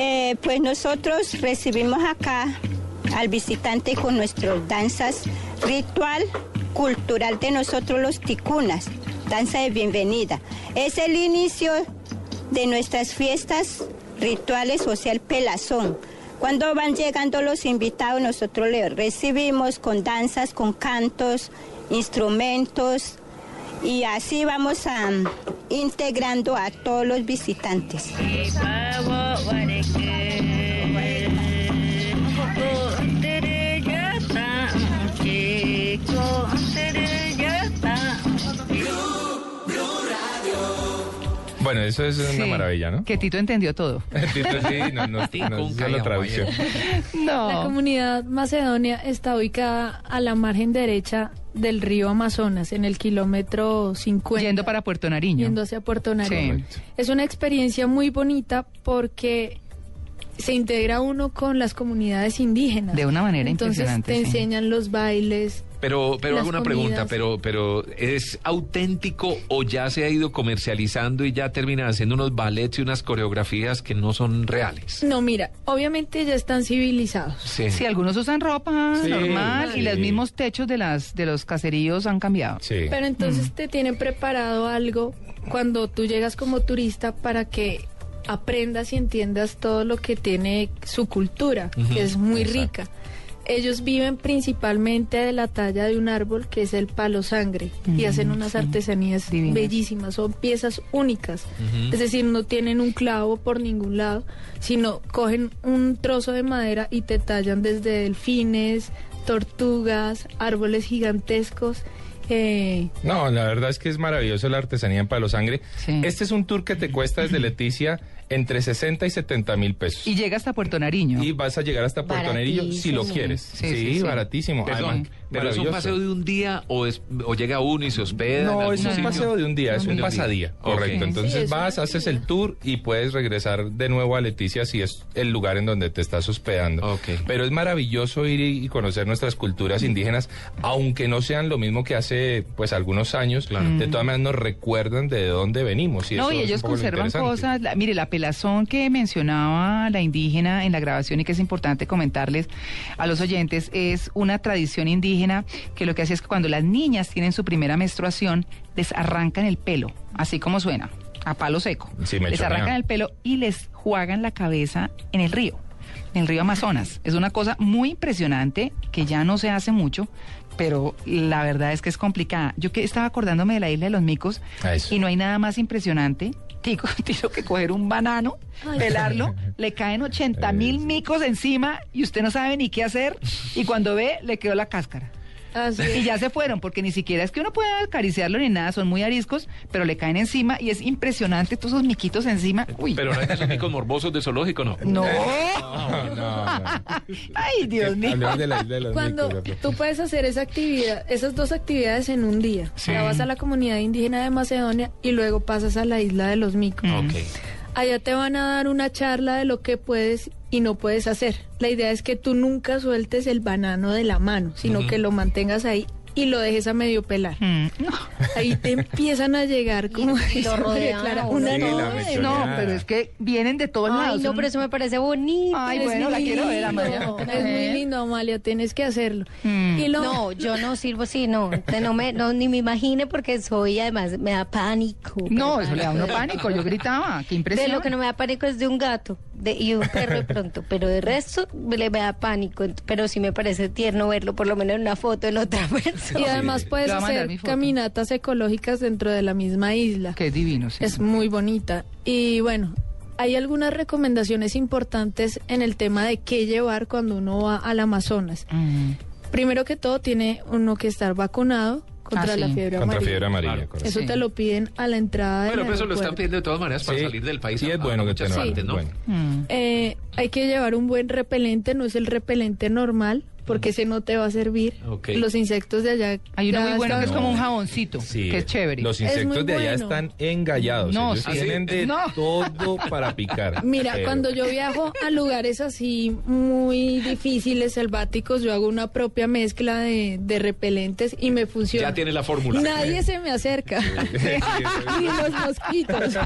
[SPEAKER 7] Eh, pues nosotros recibimos acá al visitante con nuestras danzas ritual cultural de nosotros los ticunas, danza de bienvenida. Es el inicio de nuestras fiestas rituales, o sea, el pelazón. Cuando van llegando los invitados, nosotros les recibimos con danzas, con cantos, instrumentos, y así vamos a, mm, integrando a todos los visitantes.
[SPEAKER 2] Bueno, eso es una
[SPEAKER 1] Sí.
[SPEAKER 2] maravilla, ¿no?
[SPEAKER 1] Que Tito entendió todo.
[SPEAKER 2] Tito, sí, no, no,
[SPEAKER 3] Ticún,
[SPEAKER 2] no, esa es la
[SPEAKER 3] callao,
[SPEAKER 2] traducción.
[SPEAKER 4] La
[SPEAKER 1] No.
[SPEAKER 4] comunidad macedonia está ubicada a la margen derecha del río Amazonas, en el kilómetro 50.
[SPEAKER 1] Yendo para Puerto Nariño.
[SPEAKER 4] Yendo hacia Puerto Nariño.
[SPEAKER 1] Sí.
[SPEAKER 4] Es una experiencia muy bonita porque se integra uno con las comunidades indígenas.
[SPEAKER 1] De una manera
[SPEAKER 4] Entonces,
[SPEAKER 1] impresionante, sí.
[SPEAKER 4] Te enseñan los bailes.
[SPEAKER 3] Pero, pero
[SPEAKER 4] Las
[SPEAKER 3] hago una pregunta,
[SPEAKER 4] comidas.
[SPEAKER 3] pero, pero ¿es auténtico o ya se ha ido comercializando y ya terminan haciendo unos ballets y unas coreografías que no son reales?
[SPEAKER 4] No, mira, obviamente ya están civilizados.
[SPEAKER 3] Sí.
[SPEAKER 1] Sí, algunos usan ropa
[SPEAKER 2] Sí,
[SPEAKER 1] normal
[SPEAKER 2] sí.
[SPEAKER 1] y los mismos techos de las de los caseríos han cambiado.
[SPEAKER 2] Sí.
[SPEAKER 4] Pero
[SPEAKER 1] Mm.
[SPEAKER 4] entonces te tienen preparado algo cuando tú llegas como turista para que aprendas y entiendas todo lo que tiene su cultura, que es muy
[SPEAKER 2] exacto.
[SPEAKER 4] rica. Ellos viven principalmente de la talla de un árbol que es el palo sangre
[SPEAKER 1] Mm.
[SPEAKER 4] y hacen unas artesanías
[SPEAKER 1] Divinas.
[SPEAKER 4] bellísimas, son piezas únicas. Es decir, no tienen un clavo por ningún lado, sino cogen un trozo de madera y te tallan desde delfines, tortugas, árboles gigantescos. eh,
[SPEAKER 2] No, la verdad es que es maravilloso la artesanía en Palo Sangre.
[SPEAKER 1] Sí.
[SPEAKER 2] Este es un tour que te cuesta desde Leticia entre 60 y 70 mil pesos.
[SPEAKER 1] Y llega hasta Puerto Nariño.
[SPEAKER 2] Y vas a llegar hasta Puerto Nerillo si lo
[SPEAKER 5] Baratísimo.
[SPEAKER 2] quieres.
[SPEAKER 1] Sí,
[SPEAKER 2] Sí,
[SPEAKER 1] sí, sí.
[SPEAKER 2] baratísimo.
[SPEAKER 3] Perdón,
[SPEAKER 2] Además,
[SPEAKER 3] pero es un
[SPEAKER 2] maravilloso.
[SPEAKER 3] paseo de un día o, es, o llega uno y se hospeda. en
[SPEAKER 2] No,
[SPEAKER 3] algún
[SPEAKER 2] es un
[SPEAKER 3] sitio?
[SPEAKER 2] paseo de un día, es
[SPEAKER 3] De
[SPEAKER 2] un
[SPEAKER 3] día.
[SPEAKER 2] pasadía,
[SPEAKER 3] Ok.
[SPEAKER 2] correcto.
[SPEAKER 4] Sí,
[SPEAKER 2] Entonces
[SPEAKER 4] es
[SPEAKER 2] vas,
[SPEAKER 4] una
[SPEAKER 2] haces
[SPEAKER 4] actividad.
[SPEAKER 2] el tour y puedes regresar de nuevo a Leticia si es el lugar en donde te estás hospedando.
[SPEAKER 3] Ok.
[SPEAKER 2] Pero es maravilloso ir y y conocer nuestras culturas indígenas, aunque no sean lo mismo que hace pues algunos años, de todas maneras nos recuerdan de dónde venimos. Y
[SPEAKER 1] no,
[SPEAKER 2] eso
[SPEAKER 1] y
[SPEAKER 2] es un
[SPEAKER 1] ellos
[SPEAKER 2] poco lo
[SPEAKER 1] conservan
[SPEAKER 2] interesante.
[SPEAKER 1] cosas. la- mire, la pelazón que mencionaba la indígena en la grabación y que es importante comentarles a los oyentes es una tradición indígena que lo que hace es que cuando las niñas tienen su primera menstruación, les arrancan el pelo, así como suena, a palo seco.
[SPEAKER 2] Sí, me
[SPEAKER 1] les
[SPEAKER 2] chonea.
[SPEAKER 1] arrancan el pelo y les juegan la cabeza en el río, en el río Amazonas. Es una cosa muy impresionante que ya no se hace mucho. Pero la verdad es que es complicada. Yo que estaba acordándome de la isla de los micos
[SPEAKER 2] Ah, eso.
[SPEAKER 1] y no hay nada más impresionante tico, tiene que coger un banano,
[SPEAKER 4] Ay.
[SPEAKER 1] pelarlo, le caen 80 mil
[SPEAKER 2] Eso.
[SPEAKER 1] micos encima y usted no sabe ni qué hacer y cuando ve le quedó la cáscara.
[SPEAKER 4] Así
[SPEAKER 1] Y
[SPEAKER 4] es.
[SPEAKER 1] ya se fueron, porque ni siquiera es que uno pueda acariciarlo ni nada, son muy ariscos, pero le caen encima y es impresionante todos esos miquitos encima. Uy.
[SPEAKER 3] Pero no hay esos micos morbosos de zoológico, ¿no?
[SPEAKER 2] Mm.
[SPEAKER 1] No.
[SPEAKER 2] No, no, no.
[SPEAKER 1] Ay, Dios mío.
[SPEAKER 2] Hablemos de la isla de los
[SPEAKER 4] Cuando
[SPEAKER 2] micos, ya,
[SPEAKER 4] tú puedes hacer esa actividad, esas dos actividades en un día,
[SPEAKER 3] Sí.
[SPEAKER 4] la vas a la comunidad indígena de Macedonia y luego pasas a la isla de los micos.
[SPEAKER 1] Mm.
[SPEAKER 3] Ok.
[SPEAKER 4] Allá te van a dar una charla de lo que puedes y no puedes hacer. La idea es que tú nunca sueltes el banano de la mano, sino que lo mantengas ahí y lo dejes a medio pelar.
[SPEAKER 1] Mm, no.
[SPEAKER 4] Ahí te empiezan a llegar como
[SPEAKER 5] Y lo rodean
[SPEAKER 4] Clara,
[SPEAKER 5] a uno.
[SPEAKER 4] una
[SPEAKER 2] Sí, la
[SPEAKER 4] nube.
[SPEAKER 2] mechoneada.
[SPEAKER 4] No,
[SPEAKER 1] No, pero es que vienen de todos
[SPEAKER 5] Ay,
[SPEAKER 1] lados.
[SPEAKER 5] no,
[SPEAKER 1] son-
[SPEAKER 5] pero eso me parece bonito.
[SPEAKER 1] Ay,
[SPEAKER 4] es
[SPEAKER 1] bueno,
[SPEAKER 4] muy
[SPEAKER 1] la quiero ver,
[SPEAKER 4] lindo,
[SPEAKER 1] Amalia.
[SPEAKER 4] Es muy lindo, Amalia, tienes que hacerlo.
[SPEAKER 1] Mm.
[SPEAKER 4] Y lo-
[SPEAKER 5] No, yo no sirvo así, no. Te- No, me, no, ni me imagine porque soy, además, me da pánico.
[SPEAKER 1] No,
[SPEAKER 5] pero
[SPEAKER 1] eso le da a uno pánico. Yo gritaba, qué
[SPEAKER 5] De
[SPEAKER 1] impresión.
[SPEAKER 5] lo que no me da pánico es de un gato de, y un perro de pronto, pero de resto me- le me da pánico, ent- pero sí me parece tierno verlo, por lo menos en una foto en otra
[SPEAKER 4] Y
[SPEAKER 5] persona.
[SPEAKER 4] además
[SPEAKER 1] Te
[SPEAKER 4] puedes
[SPEAKER 1] va a mandar mi
[SPEAKER 4] hacer
[SPEAKER 1] foto.
[SPEAKER 4] caminatas ecológicas dentro de la misma isla.
[SPEAKER 1] Que es divino, sí.
[SPEAKER 4] Es muy bonita. Y bueno, hay algunas recomendaciones importantes en el tema de qué llevar cuando uno va al Amazonas.
[SPEAKER 1] Mm.
[SPEAKER 4] Primero que todo, tiene uno que estar vacunado contra
[SPEAKER 1] Ah, sí.
[SPEAKER 4] la fiebre
[SPEAKER 2] Contra
[SPEAKER 4] amarilla.
[SPEAKER 2] fiebre amarilla,
[SPEAKER 3] Claro.
[SPEAKER 2] correcto.
[SPEAKER 4] Eso
[SPEAKER 1] Sí.
[SPEAKER 4] te lo piden a la entrada del
[SPEAKER 3] Bueno, pero eso lo están
[SPEAKER 4] aeropuerto.
[SPEAKER 3] pidiendo de todas maneras para salir del país.
[SPEAKER 2] Y
[SPEAKER 3] a-
[SPEAKER 2] es
[SPEAKER 3] a
[SPEAKER 2] bueno que te
[SPEAKER 3] muchas
[SPEAKER 2] lo
[SPEAKER 3] partes,
[SPEAKER 2] hagan,
[SPEAKER 3] ¿no?
[SPEAKER 2] bueno.
[SPEAKER 1] Mm.
[SPEAKER 4] Eh, hay que llevar un buen repelente, no es el repelente normal, porque ese no te va a servir.
[SPEAKER 3] Ok.
[SPEAKER 4] Los insectos de allá.
[SPEAKER 1] Hay uno
[SPEAKER 4] ya
[SPEAKER 1] muy bueno que es
[SPEAKER 4] están-
[SPEAKER 1] como un jaboncito,
[SPEAKER 2] Sí,
[SPEAKER 1] que es chévere.
[SPEAKER 2] Los
[SPEAKER 4] Es
[SPEAKER 2] insectos
[SPEAKER 4] muy
[SPEAKER 2] de allá
[SPEAKER 4] bueno.
[SPEAKER 2] están engallados.
[SPEAKER 1] No,
[SPEAKER 2] ellos
[SPEAKER 1] sí.
[SPEAKER 2] tienen de
[SPEAKER 1] No.
[SPEAKER 2] todo para picar.
[SPEAKER 4] Mira,
[SPEAKER 2] pero-
[SPEAKER 4] cuando yo viajo a lugares así muy difíciles, selváticos, yo hago una propia mezcla de, de repelentes y me funciona.
[SPEAKER 3] Ya tiene la fórmula.
[SPEAKER 4] Nadie se me acerca. Ni los mosquitos.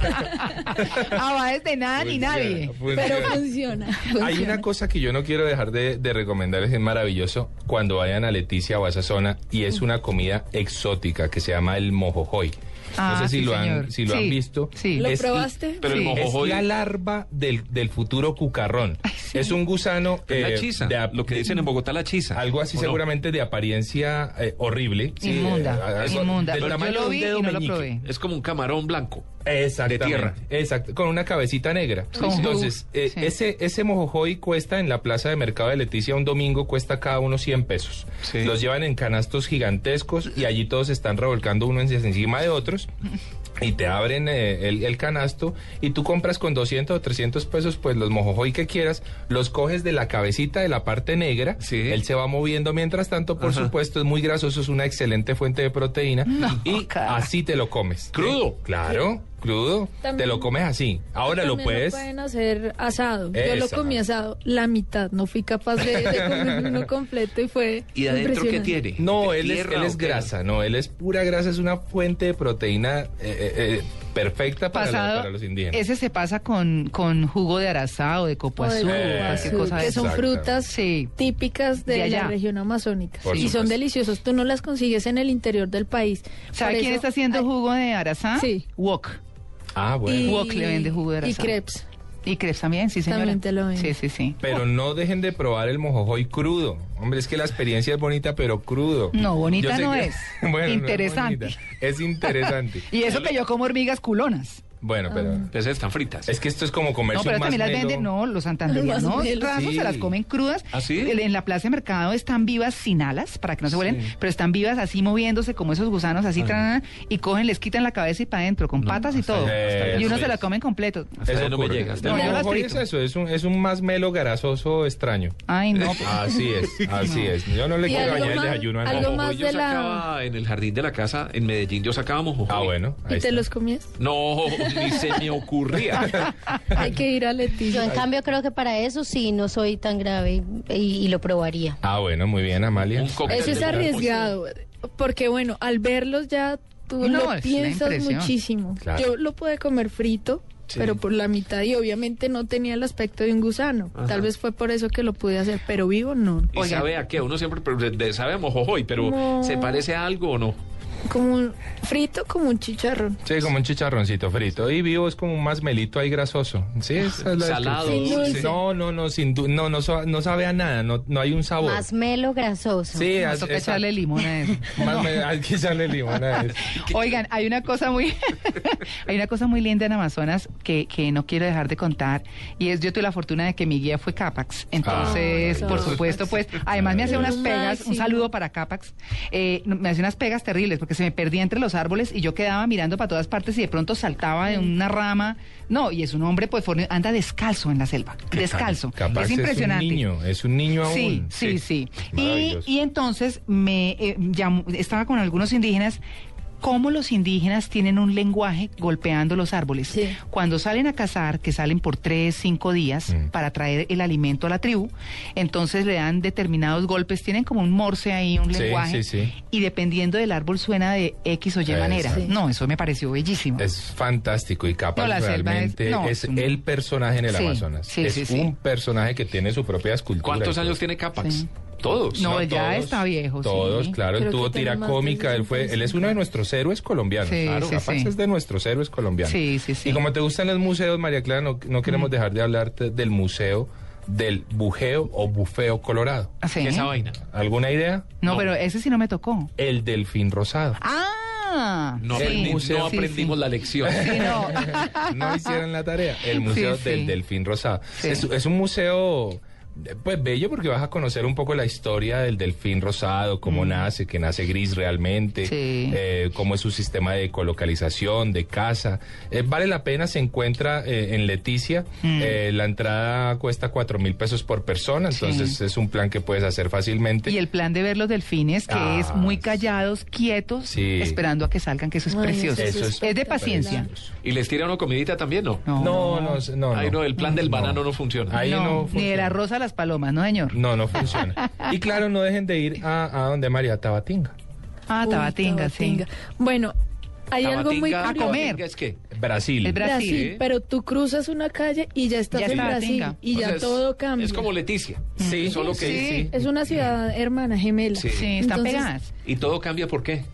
[SPEAKER 1] Ah, va desde nada ni
[SPEAKER 2] Funciona,
[SPEAKER 1] nadie.
[SPEAKER 2] funciona.
[SPEAKER 4] Pero funciona.
[SPEAKER 2] Hay
[SPEAKER 4] funciona.
[SPEAKER 2] una cosa que yo no quiero dejar de, de recomendarles, es maravilloso cuando vayan a Leticia o a esa zona y es una comida exótica que se llama el mojojoy.
[SPEAKER 1] Ah,
[SPEAKER 2] no sé si
[SPEAKER 1] sí,
[SPEAKER 2] lo han,
[SPEAKER 1] señor.
[SPEAKER 2] si lo han
[SPEAKER 1] Sí,
[SPEAKER 2] visto.
[SPEAKER 1] sí.
[SPEAKER 4] ¿Lo
[SPEAKER 2] Es-
[SPEAKER 4] probaste?
[SPEAKER 3] Pero el
[SPEAKER 1] Sí.
[SPEAKER 2] Es
[SPEAKER 3] mojojoy...
[SPEAKER 2] la larva del, del futuro cucarrón. Es un gusano
[SPEAKER 3] Pero
[SPEAKER 2] eh,
[SPEAKER 3] la chisa,
[SPEAKER 2] de ap-
[SPEAKER 3] lo que dicen en Bogotá la chisa.
[SPEAKER 2] Algo así
[SPEAKER 3] ¿o no?
[SPEAKER 2] seguramente de apariencia eh, horrible. Sí, eh,
[SPEAKER 1] Inmunda,
[SPEAKER 2] algo
[SPEAKER 1] inmunda.
[SPEAKER 2] del
[SPEAKER 1] Yo
[SPEAKER 2] tamaño de
[SPEAKER 1] lo
[SPEAKER 2] un
[SPEAKER 1] vi
[SPEAKER 2] dedo
[SPEAKER 1] y no lo
[SPEAKER 2] meñique.
[SPEAKER 1] probé.
[SPEAKER 3] Es como un camarón blanco.
[SPEAKER 2] Exactamente.
[SPEAKER 3] De tierra.
[SPEAKER 2] Exacto, con una cabecita negra.
[SPEAKER 1] Con jugo,
[SPEAKER 2] Entonces, eh,
[SPEAKER 1] sí.
[SPEAKER 2] ese, ese mojojoy cuesta en la plaza de mercado de Leticia un domingo, cuesta cada uno 100 pesos.
[SPEAKER 3] Sí.
[SPEAKER 2] Los llevan en canastos gigantescos y allí todos se están revolcando unos encima de otros. Y te abren eh, el, el canasto y tú compras con 200 o 300 pesos, pues los mojojoy que quieras, los coges de la cabecita de la parte negra,
[SPEAKER 3] Sí.
[SPEAKER 2] él se va moviendo mientras tanto, por
[SPEAKER 3] Ajá.
[SPEAKER 2] supuesto, es muy grasoso, es una excelente fuente de proteína y
[SPEAKER 1] cara.
[SPEAKER 2] así te lo comes.
[SPEAKER 3] Crudo.
[SPEAKER 2] Claro, crudo.
[SPEAKER 4] También-
[SPEAKER 2] te lo comes así. Ahora lo
[SPEAKER 4] También
[SPEAKER 2] puedes.
[SPEAKER 4] pueden hacer asado. Yo lo
[SPEAKER 2] Exacto.
[SPEAKER 4] comí asado, la mitad. No fui capaz de, de comer uno completo y fue.
[SPEAKER 3] ¿Y de adentro qué
[SPEAKER 4] impresionante.
[SPEAKER 3] tiene?
[SPEAKER 2] No,
[SPEAKER 3] ¿De
[SPEAKER 2] él es,
[SPEAKER 3] tierra
[SPEAKER 2] él
[SPEAKER 3] o
[SPEAKER 2] es
[SPEAKER 3] qué?
[SPEAKER 2] grasa, no, él es pura grasa, es una fuente de proteína eh, eh, eh, perfecta para, los-
[SPEAKER 1] Pasado,
[SPEAKER 2] para los indígenas.
[SPEAKER 1] ese se pasa con, con jugo de arazá o de copo
[SPEAKER 4] O de
[SPEAKER 3] Pues
[SPEAKER 1] azul,
[SPEAKER 4] copo
[SPEAKER 1] cualquier
[SPEAKER 4] azul,
[SPEAKER 1] cosa de
[SPEAKER 4] que son
[SPEAKER 1] esas.
[SPEAKER 2] Exacto.
[SPEAKER 4] frutas
[SPEAKER 1] Sí.
[SPEAKER 4] típicas de,
[SPEAKER 1] De allá.
[SPEAKER 4] la región amazónica
[SPEAKER 2] Por
[SPEAKER 4] y son
[SPEAKER 2] supuesto.
[SPEAKER 4] deliciosos. Tú no las consigues en el interior del país.
[SPEAKER 1] ¿Sabe
[SPEAKER 4] Por
[SPEAKER 1] quién
[SPEAKER 4] eso
[SPEAKER 1] está haciendo
[SPEAKER 4] hay-
[SPEAKER 1] jugo de arazá?
[SPEAKER 4] Sí.
[SPEAKER 1] Wok.
[SPEAKER 2] Ah, bueno.
[SPEAKER 1] Y- Wok le vende jugo de
[SPEAKER 4] Y
[SPEAKER 1] arazá.
[SPEAKER 4] crepes.
[SPEAKER 1] Y crepes también, sí, señora.
[SPEAKER 4] También te lo venden.
[SPEAKER 1] Sí, sí, sí.
[SPEAKER 2] Pero no dejen de probar el mojojoy crudo. Hombre, es que la experiencia es bonita, pero crudo.
[SPEAKER 1] No, bonita
[SPEAKER 2] Yo sé
[SPEAKER 1] no
[SPEAKER 2] que-
[SPEAKER 1] es.
[SPEAKER 2] Bueno, no es
[SPEAKER 1] Interesante.
[SPEAKER 2] bonita, es interesante.
[SPEAKER 1] Y eso que yo como hormigas culonas.
[SPEAKER 2] Bueno, pero
[SPEAKER 3] Pues están fritas.
[SPEAKER 2] es que esto es como comerse
[SPEAKER 1] Ah. No, pero
[SPEAKER 2] un
[SPEAKER 1] también las
[SPEAKER 2] masmelo.
[SPEAKER 1] venden, no, los santanderianos
[SPEAKER 4] Masmelo.
[SPEAKER 1] rasos
[SPEAKER 2] Sí.
[SPEAKER 1] se las comen crudas.
[SPEAKER 3] ¿Ah, sí?
[SPEAKER 1] El- En la plaza de mercado están vivas sin alas, para que no se vuelen, pero están vivas así moviéndose como esos gusanos, así, tran, y cogen, les quitan la cabeza y para adentro, con
[SPEAKER 3] No,
[SPEAKER 1] patas y
[SPEAKER 3] hasta
[SPEAKER 1] todo.
[SPEAKER 2] ahí, hasta ahí,
[SPEAKER 1] y uno
[SPEAKER 2] hasta
[SPEAKER 1] se
[SPEAKER 2] ahí.
[SPEAKER 1] la comen completo.
[SPEAKER 3] Hasta ahí no me
[SPEAKER 2] ocurre.
[SPEAKER 3] llega, hasta
[SPEAKER 1] ahí
[SPEAKER 2] No,
[SPEAKER 1] no
[SPEAKER 2] yo
[SPEAKER 1] me
[SPEAKER 2] las
[SPEAKER 1] llega.
[SPEAKER 2] frito. es eso, es un, es un masmelo grasoso extraño.
[SPEAKER 1] Ay, no. pues.
[SPEAKER 2] Así es, así es. Yo no le
[SPEAKER 4] Y
[SPEAKER 2] quiero
[SPEAKER 4] algo
[SPEAKER 2] dañar el
[SPEAKER 4] más-
[SPEAKER 2] desayuno a
[SPEAKER 4] algo
[SPEAKER 2] nadie.
[SPEAKER 4] más
[SPEAKER 3] Mojojoy yo
[SPEAKER 4] de la-
[SPEAKER 3] sacaba en el jardín de la casa, en Medellín yo sacaba mojojoy.
[SPEAKER 2] Ah, bueno.
[SPEAKER 4] ¿Y
[SPEAKER 2] ahí
[SPEAKER 4] te
[SPEAKER 2] está.
[SPEAKER 4] los comías?
[SPEAKER 3] No, ni se me ocurría.
[SPEAKER 4] Hay que ir a
[SPEAKER 5] Yo, en
[SPEAKER 4] Leticia.
[SPEAKER 5] cambio, creo que para eso sí no soy tan grave y, y lo probaría.
[SPEAKER 2] Ah, bueno, muy bien, Amalia.
[SPEAKER 3] Un cóctel
[SPEAKER 4] Eso es
[SPEAKER 3] de-
[SPEAKER 4] arriesgado.
[SPEAKER 2] Pues
[SPEAKER 4] Porque bueno, al verlos ya tú
[SPEAKER 1] No, es
[SPEAKER 4] lo
[SPEAKER 1] la
[SPEAKER 4] piensas
[SPEAKER 1] impresión.
[SPEAKER 4] muchísimo.
[SPEAKER 2] Claro.
[SPEAKER 4] Yo lo pude comer frito.
[SPEAKER 3] Sí.
[SPEAKER 4] Pero por la mitad y obviamente no tenía el aspecto de un gusano.
[SPEAKER 3] Ajá.
[SPEAKER 4] Tal vez fue por eso que lo pude hacer, pero vivo no.
[SPEAKER 3] ¿Y
[SPEAKER 1] Oigan.
[SPEAKER 3] sabe a qué? Uno siempre pre- de- sabe a mojojoy, pero
[SPEAKER 4] No.
[SPEAKER 3] ¿se parece a algo o no?
[SPEAKER 4] como un frito, como un chicharrón.
[SPEAKER 2] Sí, como un chicharroncito frito. Y vivo es como un masmelito ahí grasoso. Sí, esa es la
[SPEAKER 3] Salado,
[SPEAKER 2] descripción.
[SPEAKER 4] dulce.
[SPEAKER 2] No, no, no, sin du- no, no, so- no sabe a nada, no, no hay un sabor.
[SPEAKER 5] Más melo grasoso.
[SPEAKER 2] Ah, sí,
[SPEAKER 1] Nos
[SPEAKER 2] haz-
[SPEAKER 1] toca
[SPEAKER 2] esa-
[SPEAKER 1] echarle limón a eso.
[SPEAKER 2] más me- hay que echarle limón a eso.
[SPEAKER 1] Oigan, hay una cosa muy hay una cosa muy linda en Amazonas que, que no quiero dejar de contar y es yo tuve la fortuna de que mi guía fue Capax. Entonces,
[SPEAKER 4] Ah,
[SPEAKER 1] por
[SPEAKER 4] Capax.
[SPEAKER 1] supuesto, pues además me hacía unas
[SPEAKER 4] Lo
[SPEAKER 1] pegas, un
[SPEAKER 4] máximo.
[SPEAKER 1] saludo para Capax. eh, no- me hacía unas pegas terribles porque se me perdía entre los árboles y yo quedaba mirando para todas partes y de pronto saltaba de una rama. No, y es un hombre pues fornido, anda descalzo en la selva, descalzo.
[SPEAKER 2] Capaz
[SPEAKER 1] es
[SPEAKER 2] es, un
[SPEAKER 1] impresionante.
[SPEAKER 2] niño, es un niño aún.
[SPEAKER 1] Sí, sí, sí. Y,
[SPEAKER 2] Maravilloso.
[SPEAKER 1] y entonces me eh, llamó- estaba con algunos indígenas. ¿Cómo los indígenas tienen un lenguaje golpeando los árboles?
[SPEAKER 4] Sí.
[SPEAKER 1] Cuando salen a cazar, que salen por tres, cinco días
[SPEAKER 2] Mm.
[SPEAKER 1] para traer el alimento a la tribu, entonces le dan determinados golpes, tienen como un morse ahí, un
[SPEAKER 2] Sí,
[SPEAKER 1] lenguaje,
[SPEAKER 2] sí, sí.
[SPEAKER 1] y dependiendo del árbol suena de X o Y manera.
[SPEAKER 2] Exacto.
[SPEAKER 1] No, eso me pareció bellísimo.
[SPEAKER 2] Es fantástico y capaz
[SPEAKER 1] No, la selva es-
[SPEAKER 2] realmente es,
[SPEAKER 1] no, es un-
[SPEAKER 2] el personaje en el
[SPEAKER 1] Sí,
[SPEAKER 2] Amazonas.
[SPEAKER 1] sí,
[SPEAKER 2] es
[SPEAKER 1] sí, sí.
[SPEAKER 2] un personaje que tiene su propia escultura.
[SPEAKER 3] ¿Cuántos
[SPEAKER 2] y todo.
[SPEAKER 3] años tiene Capax?
[SPEAKER 1] Sí.
[SPEAKER 3] Todos.
[SPEAKER 1] No, él ya está viejo, sí.
[SPEAKER 2] Todos, claro, él
[SPEAKER 4] Creo que
[SPEAKER 2] tuvo
[SPEAKER 4] tiene
[SPEAKER 2] tira
[SPEAKER 4] más de
[SPEAKER 2] cómica, él fue,
[SPEAKER 4] 65.
[SPEAKER 2] él es uno de nuestros héroes colombianos,
[SPEAKER 1] Sí,
[SPEAKER 2] claro,
[SPEAKER 1] sí,
[SPEAKER 2] capaz
[SPEAKER 1] sí.
[SPEAKER 2] es de nuestros héroes colombianos.
[SPEAKER 1] Sí, sí, sí. Mm.
[SPEAKER 2] Y como te gustan los museos, María Clara, no, no queremos dejar de hablarte del museo del bujeo o bufeo colorado.
[SPEAKER 1] Ah, sí.
[SPEAKER 3] Esa vaina.
[SPEAKER 2] ¿Alguna idea?
[SPEAKER 1] No,
[SPEAKER 3] No.
[SPEAKER 1] pero ese sí no me tocó.
[SPEAKER 2] El delfín rosado.
[SPEAKER 1] Ah,
[SPEAKER 3] No,
[SPEAKER 1] sí.
[SPEAKER 3] aprendi- no
[SPEAKER 1] Sí, sí,
[SPEAKER 3] aprendimos la lección.
[SPEAKER 1] Sí, no.
[SPEAKER 2] no hicieron la tarea. El Museo
[SPEAKER 1] Sí, sí.
[SPEAKER 2] del Delfín Rosado.
[SPEAKER 1] Sí.
[SPEAKER 2] Es, es un museo... eh, Pues bello porque vas a conocer un poco la historia del delfín rosado, cómo nace, que nace gris realmente,
[SPEAKER 1] Mm. Sí.
[SPEAKER 2] eh, cómo es su sistema de colocalización, de caza. Eh, vale la pena, se encuentra eh, en Leticia,
[SPEAKER 1] Mm.
[SPEAKER 2] Eh, la entrada cuesta cuatro mil pesos por persona,
[SPEAKER 1] Sí.
[SPEAKER 2] entonces es un plan que puedes hacer fácilmente.
[SPEAKER 1] Y el plan de ver los delfines, que
[SPEAKER 2] Ah,
[SPEAKER 1] es muy
[SPEAKER 2] sí.
[SPEAKER 1] callados, quietos,
[SPEAKER 2] Sí.
[SPEAKER 1] espectacular. esperando a que salgan, que eso es
[SPEAKER 4] Ay,
[SPEAKER 1] precioso.
[SPEAKER 2] eso
[SPEAKER 1] es,
[SPEAKER 2] es
[SPEAKER 1] de paciencia.
[SPEAKER 2] Precioso.
[SPEAKER 3] ¿Y les tira una comidita también, no?
[SPEAKER 1] No,
[SPEAKER 2] No, no, no, no.
[SPEAKER 3] Ay, no, el plan del
[SPEAKER 2] No.
[SPEAKER 3] banano no funciona.
[SPEAKER 2] Ahí
[SPEAKER 1] No,
[SPEAKER 2] no
[SPEAKER 1] ni de
[SPEAKER 2] funciona.
[SPEAKER 1] la rosa a las palomas, ¿no, señor?
[SPEAKER 2] No, no funciona. Y claro, no dejen de ir a, a donde María Tabatinga.
[SPEAKER 1] Ah,
[SPEAKER 4] Uy,
[SPEAKER 1] tabatinga, sí.
[SPEAKER 4] tabatinga. Bueno, hay algo muy
[SPEAKER 3] Tabatinga,
[SPEAKER 1] A
[SPEAKER 4] curioso.
[SPEAKER 1] comer.
[SPEAKER 3] Tabatinga, ¿Es qué?
[SPEAKER 2] Brasil.
[SPEAKER 1] Es Bra-
[SPEAKER 4] Brasil,
[SPEAKER 1] Brasil.
[SPEAKER 4] pero tú cruzas una calle y ya estás
[SPEAKER 1] Ya
[SPEAKER 4] en
[SPEAKER 1] está,
[SPEAKER 4] Brasil
[SPEAKER 1] tenga.
[SPEAKER 4] y
[SPEAKER 3] O
[SPEAKER 4] ya
[SPEAKER 3] sea, es-
[SPEAKER 4] todo cambia.
[SPEAKER 3] Es como Leticia.
[SPEAKER 2] Sí,
[SPEAKER 3] Solo que
[SPEAKER 1] sí.
[SPEAKER 4] es una ciudad hermana, gemela.
[SPEAKER 3] Sí.
[SPEAKER 1] Sí, están
[SPEAKER 4] Entonces,
[SPEAKER 1] pegadas.
[SPEAKER 3] ¿Y todo cambia por qué?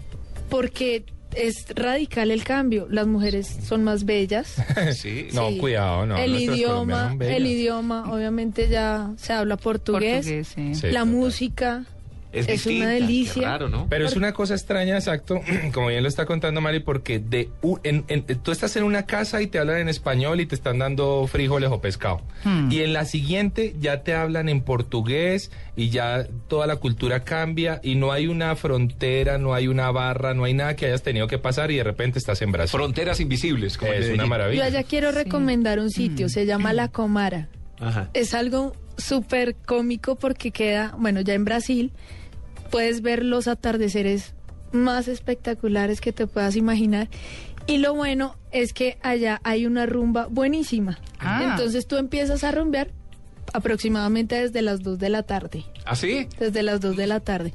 [SPEAKER 4] Porque es radical el cambio. Las mujeres son más bellas.
[SPEAKER 3] Sí.
[SPEAKER 2] No,
[SPEAKER 4] Sí.
[SPEAKER 2] cuidado, no.
[SPEAKER 4] El
[SPEAKER 2] nuestras colombianas
[SPEAKER 4] idioma,
[SPEAKER 2] son bellas.
[SPEAKER 4] el idioma, obviamente ya se habla portugués.
[SPEAKER 1] Portugués, sí.
[SPEAKER 2] Sí,
[SPEAKER 4] La
[SPEAKER 2] total.
[SPEAKER 4] música es,
[SPEAKER 3] distinta,
[SPEAKER 4] una
[SPEAKER 3] qué
[SPEAKER 4] delicia.
[SPEAKER 3] Raro, ¿no?
[SPEAKER 2] Pero es una cosa extraña, exacto, como bien lo está contando Mari, porque de u- en- en- tú estás en una casa y te hablan en español y te están dando frijoles o pescado.
[SPEAKER 1] Hmm.
[SPEAKER 2] Y en la siguiente ya te hablan en portugués y ya toda la cultura cambia y no hay una frontera, no hay una barra, no hay nada que hayas tenido que pasar y de repente estás en Brasil.
[SPEAKER 3] Fronteras invisibles, como
[SPEAKER 2] es
[SPEAKER 3] en
[SPEAKER 2] una
[SPEAKER 3] Medellín.
[SPEAKER 4] Yo
[SPEAKER 2] maravilla.
[SPEAKER 4] allá quiero recomendar un sitio,
[SPEAKER 2] Mm.
[SPEAKER 4] se llama La Comara.
[SPEAKER 3] Ajá.
[SPEAKER 4] Es algo súper cómico porque queda, bueno, ya en Brasil puedes ver los atardeceres más espectaculares que te puedas imaginar. Y lo bueno es que allá hay una rumba buenísima.
[SPEAKER 1] Ah.
[SPEAKER 4] Entonces tú empiezas a rumbear aproximadamente desde las 2 de la tarde.
[SPEAKER 3] ¿Ah, sí?
[SPEAKER 4] Desde las 2 de la tarde.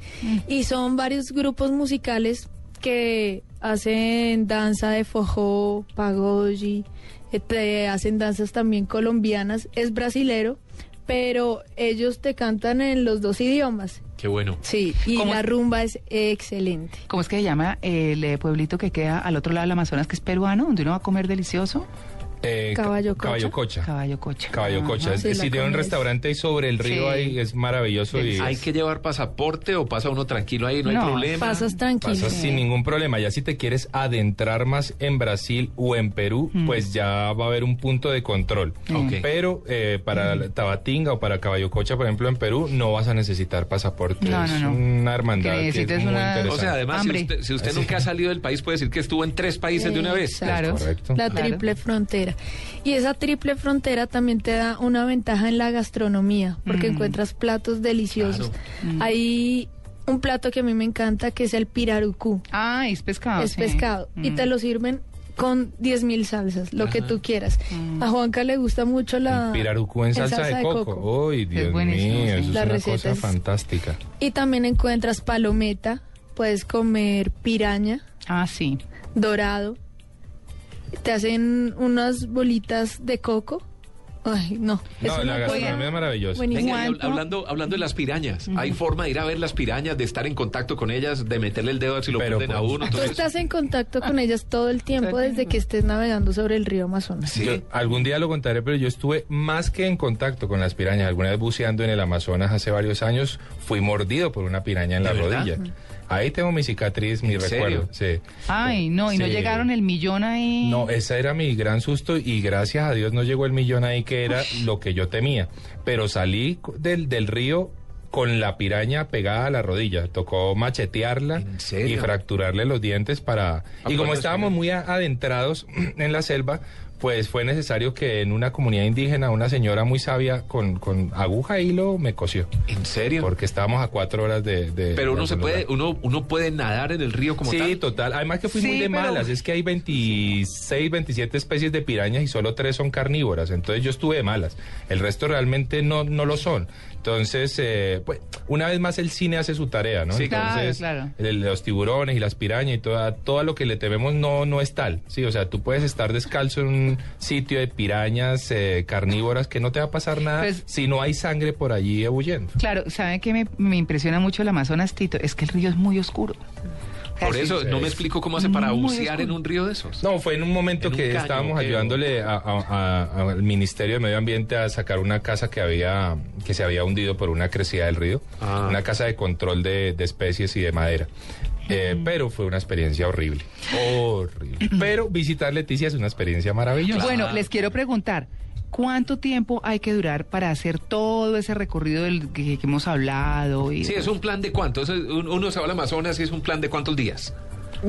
[SPEAKER 4] Y son varios grupos musicales que hacen danza de fojó, pagoyi, eh, te hacen danzas también colombianas. Es brasilero, pero ellos te cantan en los dos idiomas.
[SPEAKER 3] Qué bueno.
[SPEAKER 4] Sí, y
[SPEAKER 1] ¿Cómo
[SPEAKER 4] la
[SPEAKER 1] es?
[SPEAKER 4] rumba es excelente.
[SPEAKER 1] ¿Cómo es que se llama el eh, pueblito que queda al otro lado del Amazonas, que es peruano, donde uno va a comer delicioso?
[SPEAKER 2] Eh, ca-
[SPEAKER 4] Caballo Cocha.
[SPEAKER 2] Caballo Cocha.
[SPEAKER 1] Caballo cocha.
[SPEAKER 2] Caballo Cocha.
[SPEAKER 1] Ajá.
[SPEAKER 2] Es
[SPEAKER 4] Sí, la
[SPEAKER 2] decir, tiene un
[SPEAKER 4] comida es-
[SPEAKER 2] restaurante ahí sobre el río,
[SPEAKER 1] Sí.
[SPEAKER 2] ahí es maravilloso y
[SPEAKER 3] ¿Hay
[SPEAKER 2] es-
[SPEAKER 3] que llevar pasaporte o pasa uno tranquilo ahí? No,
[SPEAKER 1] No,
[SPEAKER 3] hay problema.
[SPEAKER 4] Pasas tranquilo.
[SPEAKER 2] pasas sin ningún problema. Ya si te quieres adentrar más en Brasil o en Perú, pues ya va a haber un punto de control.
[SPEAKER 3] Ok.
[SPEAKER 2] Pero eh, para Tabatinga o para Caballo Cocha, por ejemplo, en Perú, no vas a necesitar pasaporte.
[SPEAKER 1] No,
[SPEAKER 2] es
[SPEAKER 1] no, no.
[SPEAKER 2] una hermandad
[SPEAKER 1] Que
[SPEAKER 2] que,
[SPEAKER 1] necesites
[SPEAKER 2] es muy
[SPEAKER 1] una-
[SPEAKER 2] interesante.
[SPEAKER 3] O sea, además, si
[SPEAKER 1] Hambre.
[SPEAKER 3] usted, si usted nunca ha salido del país, puede decir que estuvo en tres países de una vez.
[SPEAKER 1] Claro.
[SPEAKER 2] correcto.
[SPEAKER 4] La
[SPEAKER 1] Claro.
[SPEAKER 4] triple frontera. Y esa triple frontera también te da una ventaja en la gastronomía, porque
[SPEAKER 1] Mm.
[SPEAKER 4] encuentras platos deliciosos.
[SPEAKER 1] Mm.
[SPEAKER 4] Hay un plato que a mí me encanta que es el pirarucú.
[SPEAKER 1] Ah, es pescado.
[SPEAKER 4] es
[SPEAKER 1] sí.
[SPEAKER 4] pescado. Y
[SPEAKER 1] Mm.
[SPEAKER 4] te lo sirven con 10.000 salsas, lo que tú quieras.
[SPEAKER 1] Mm.
[SPEAKER 4] A Juanca le gusta mucho la...
[SPEAKER 2] Un Pirarucú en
[SPEAKER 4] el
[SPEAKER 2] salsa, de, coco. Uy, Dios
[SPEAKER 1] buenísimo, sí.
[SPEAKER 2] mío, eso es
[SPEAKER 4] La
[SPEAKER 2] una
[SPEAKER 4] receta
[SPEAKER 2] cosa
[SPEAKER 4] es-
[SPEAKER 2] fantástica.
[SPEAKER 4] Y también encuentras palometa, puedes comer piraña,
[SPEAKER 1] Ah, sí.
[SPEAKER 4] dorado. Te hacen unas bolitas de coco Ay, no.
[SPEAKER 2] No,
[SPEAKER 4] eso
[SPEAKER 2] la
[SPEAKER 4] puede.
[SPEAKER 2] gastronomía es maravillosa.
[SPEAKER 4] Buenísimo.
[SPEAKER 3] Venga, y hab-
[SPEAKER 1] ¿Cuánto?
[SPEAKER 3] hablando, hablando de las pirañas, hay forma de ir a ver las pirañas, de estar en contacto con ellas, de meterle el dedo a ver si lo
[SPEAKER 2] Pero,
[SPEAKER 3] prenden a
[SPEAKER 2] pues,
[SPEAKER 3] uno.
[SPEAKER 4] Tú
[SPEAKER 3] todo eso.
[SPEAKER 4] estás en contacto con ellas todo el tiempo desde que estés navegando sobre el río Amazonas.
[SPEAKER 3] Sí.
[SPEAKER 2] Yo- algún día lo contaré, pero yo estuve más que en contacto con las pirañas. Alguna vez buceando en el Amazonas hace varios años, fui mordido por una piraña en
[SPEAKER 3] ¿De
[SPEAKER 2] la
[SPEAKER 3] verdad? Mm.
[SPEAKER 2] rodilla. Ahí tengo mi cicatriz, mi
[SPEAKER 3] ¿En
[SPEAKER 2] recuerdo. Sí.
[SPEAKER 1] Ay, no, y no
[SPEAKER 2] Sí.
[SPEAKER 1] llegaron el millón ahí.
[SPEAKER 2] No, ese era mi gran susto y gracias a Dios no llegó el millón ahí que era lo que yo temía. Pero salí co- del, del río con la piraña pegada a la rodilla. Tocó machetearla
[SPEAKER 3] ¿En serio?
[SPEAKER 2] y fracturarle los dientes para... Y
[SPEAKER 3] cuál
[SPEAKER 2] como
[SPEAKER 3] es
[SPEAKER 2] estábamos
[SPEAKER 3] que-
[SPEAKER 2] muy a- adentrados en la selva, pues fue necesario que en una comunidad indígena una señora muy sabia con, con aguja e hilo me cosió.
[SPEAKER 3] ¿En serio?
[SPEAKER 2] Porque estábamos a cuatro horas de... de-
[SPEAKER 3] Pero uno
[SPEAKER 2] de
[SPEAKER 3] se
[SPEAKER 2] algún
[SPEAKER 3] puede,
[SPEAKER 2] lugar.
[SPEAKER 3] uno, uno puede nadar en el río como
[SPEAKER 2] sí,
[SPEAKER 3] tal.
[SPEAKER 2] total. Además que fui
[SPEAKER 1] Sí,
[SPEAKER 2] muy de
[SPEAKER 1] pero-
[SPEAKER 2] malas. Es que hay 26, 27 especies de pirañas y solo tres son carnívoras. Entonces yo estuve de malas. El resto realmente no, no lo son. Entonces, eh, pues, una vez más el cine hace su tarea, ¿no?
[SPEAKER 3] Sí,
[SPEAKER 1] claro,
[SPEAKER 2] Entonces,
[SPEAKER 1] claro.
[SPEAKER 2] el- los tiburones y las pirañas y toda, todo lo que le tememos no, no es tal. Sí, o sea, tú puedes estar descalzo en un sitio de pirañas eh, carnívoras que no te va a pasar nada
[SPEAKER 1] Pues-
[SPEAKER 2] si no hay sangre por allí ebulliendo.
[SPEAKER 1] Claro, ¿saben qué me, me impresiona mucho el Amazonas, Tito? Es que el río es muy oscuro.
[SPEAKER 3] Por eso
[SPEAKER 2] sí.
[SPEAKER 3] no me explico cómo hace para
[SPEAKER 1] Muy
[SPEAKER 3] bucear
[SPEAKER 1] oscuro.
[SPEAKER 3] en un río de esos.
[SPEAKER 2] No, fue en un momento
[SPEAKER 3] En un
[SPEAKER 2] que
[SPEAKER 3] caño,
[SPEAKER 2] estábamos
[SPEAKER 3] ¿qué?
[SPEAKER 2] ayudándole a- a- a- al Ministerio de Medio Ambiente a sacar una casa que había que se había hundido por una crecida del río,
[SPEAKER 3] Ah.
[SPEAKER 2] una casa de control de, de especies y de madera. Eh, Pero fue una experiencia horrible, horrible. Pero visitar Leticia es una experiencia maravillosa.
[SPEAKER 1] Bueno, les quiero preguntar, ¿cuánto tiempo hay que durar para hacer todo ese recorrido del que, que hemos hablado? Y,
[SPEAKER 3] Sí, es un plan de cuánto. Eso es- un- uno se va al Amazonas y es un plan de cuántos días.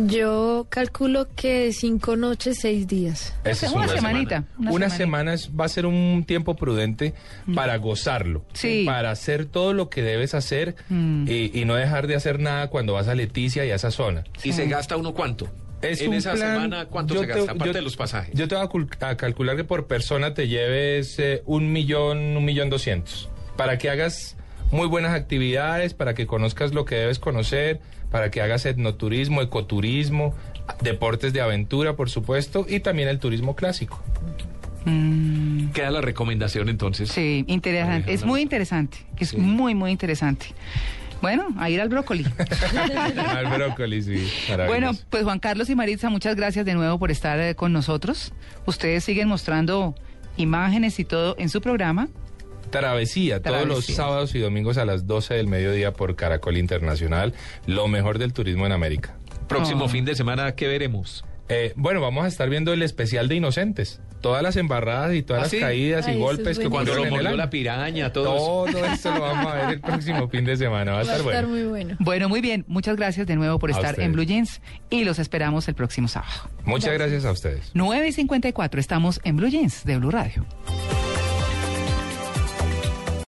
[SPEAKER 4] Yo calculo que cinco noches, seis días.
[SPEAKER 2] Ese es
[SPEAKER 1] una,
[SPEAKER 2] un buen-
[SPEAKER 1] semanita.
[SPEAKER 2] Una,
[SPEAKER 1] semanita. Mm.
[SPEAKER 2] semana es- va a ser un tiempo prudente para gozarlo,
[SPEAKER 1] Sí.
[SPEAKER 2] para hacer todo lo que debes hacer
[SPEAKER 1] Mm.
[SPEAKER 2] y, y no dejar de hacer nada cuando vas a Leticia y a esa zona.
[SPEAKER 3] ¿Y se gasta uno cuánto?
[SPEAKER 2] Es
[SPEAKER 3] en
[SPEAKER 2] un
[SPEAKER 3] esa
[SPEAKER 2] plan-
[SPEAKER 3] semana, ¿cuánto
[SPEAKER 2] yo
[SPEAKER 3] se
[SPEAKER 2] te-
[SPEAKER 3] gasta? Aparte
[SPEAKER 2] yo-
[SPEAKER 3] de los pasajes.
[SPEAKER 2] Yo te voy a, cul- a calcular que por persona te lleves eh, un millón, un millón doscientos. Para que hagas muy buenas actividades, para que conozcas lo que debes conocer, para que hagas etnoturismo, ecoturismo, deportes de aventura, por supuesto, y también el turismo clásico.
[SPEAKER 1] Mm,
[SPEAKER 3] Queda la recomendación entonces.
[SPEAKER 1] sí, interesante. Es muy interesante. Es muy, muy interesante. Bueno, a ir al brócoli.
[SPEAKER 2] Al brócoli, sí.
[SPEAKER 1] Bueno,
[SPEAKER 2] maravilloso.
[SPEAKER 1] pues Juan Carlos y Maritza, muchas gracias de nuevo por estar eh, con nosotros. Ustedes siguen mostrando imágenes y todo en su programa.
[SPEAKER 2] Travesía, todos los
[SPEAKER 1] Travesía.
[SPEAKER 2] sábados y domingos a las 12 del mediodía por Caracol Internacional, lo mejor del turismo en América.
[SPEAKER 3] Próximo
[SPEAKER 1] Oh.
[SPEAKER 3] fin de semana, ¿qué veremos?
[SPEAKER 2] Eh, bueno, vamos a estar viendo el especial de Inocentes. Todas las embarradas y todas
[SPEAKER 3] ¿Ah,
[SPEAKER 2] las
[SPEAKER 3] sí?
[SPEAKER 2] caídas
[SPEAKER 4] Ay,
[SPEAKER 2] y
[SPEAKER 4] eso
[SPEAKER 2] golpes
[SPEAKER 4] es
[SPEAKER 2] que
[SPEAKER 4] buenísimo.
[SPEAKER 3] Cuando
[SPEAKER 2] ocurrieron
[SPEAKER 3] lo
[SPEAKER 2] en el
[SPEAKER 3] mordió la
[SPEAKER 2] año.
[SPEAKER 3] piraña, todo eso.
[SPEAKER 2] Todo esto lo vamos a ver el próximo fin de semana. Va a
[SPEAKER 4] Va a
[SPEAKER 2] estar
[SPEAKER 4] estar
[SPEAKER 2] bueno.
[SPEAKER 4] muy bueno.
[SPEAKER 1] Bueno, muy bien. Muchas gracias de nuevo por
[SPEAKER 2] A
[SPEAKER 1] estar
[SPEAKER 2] ustedes.
[SPEAKER 1] en Blue Jeans y los esperamos el próximo sábado.
[SPEAKER 2] Muchas gracias a ustedes.
[SPEAKER 1] 9 y 54 estamos en Blue Jeans de Blue Radio.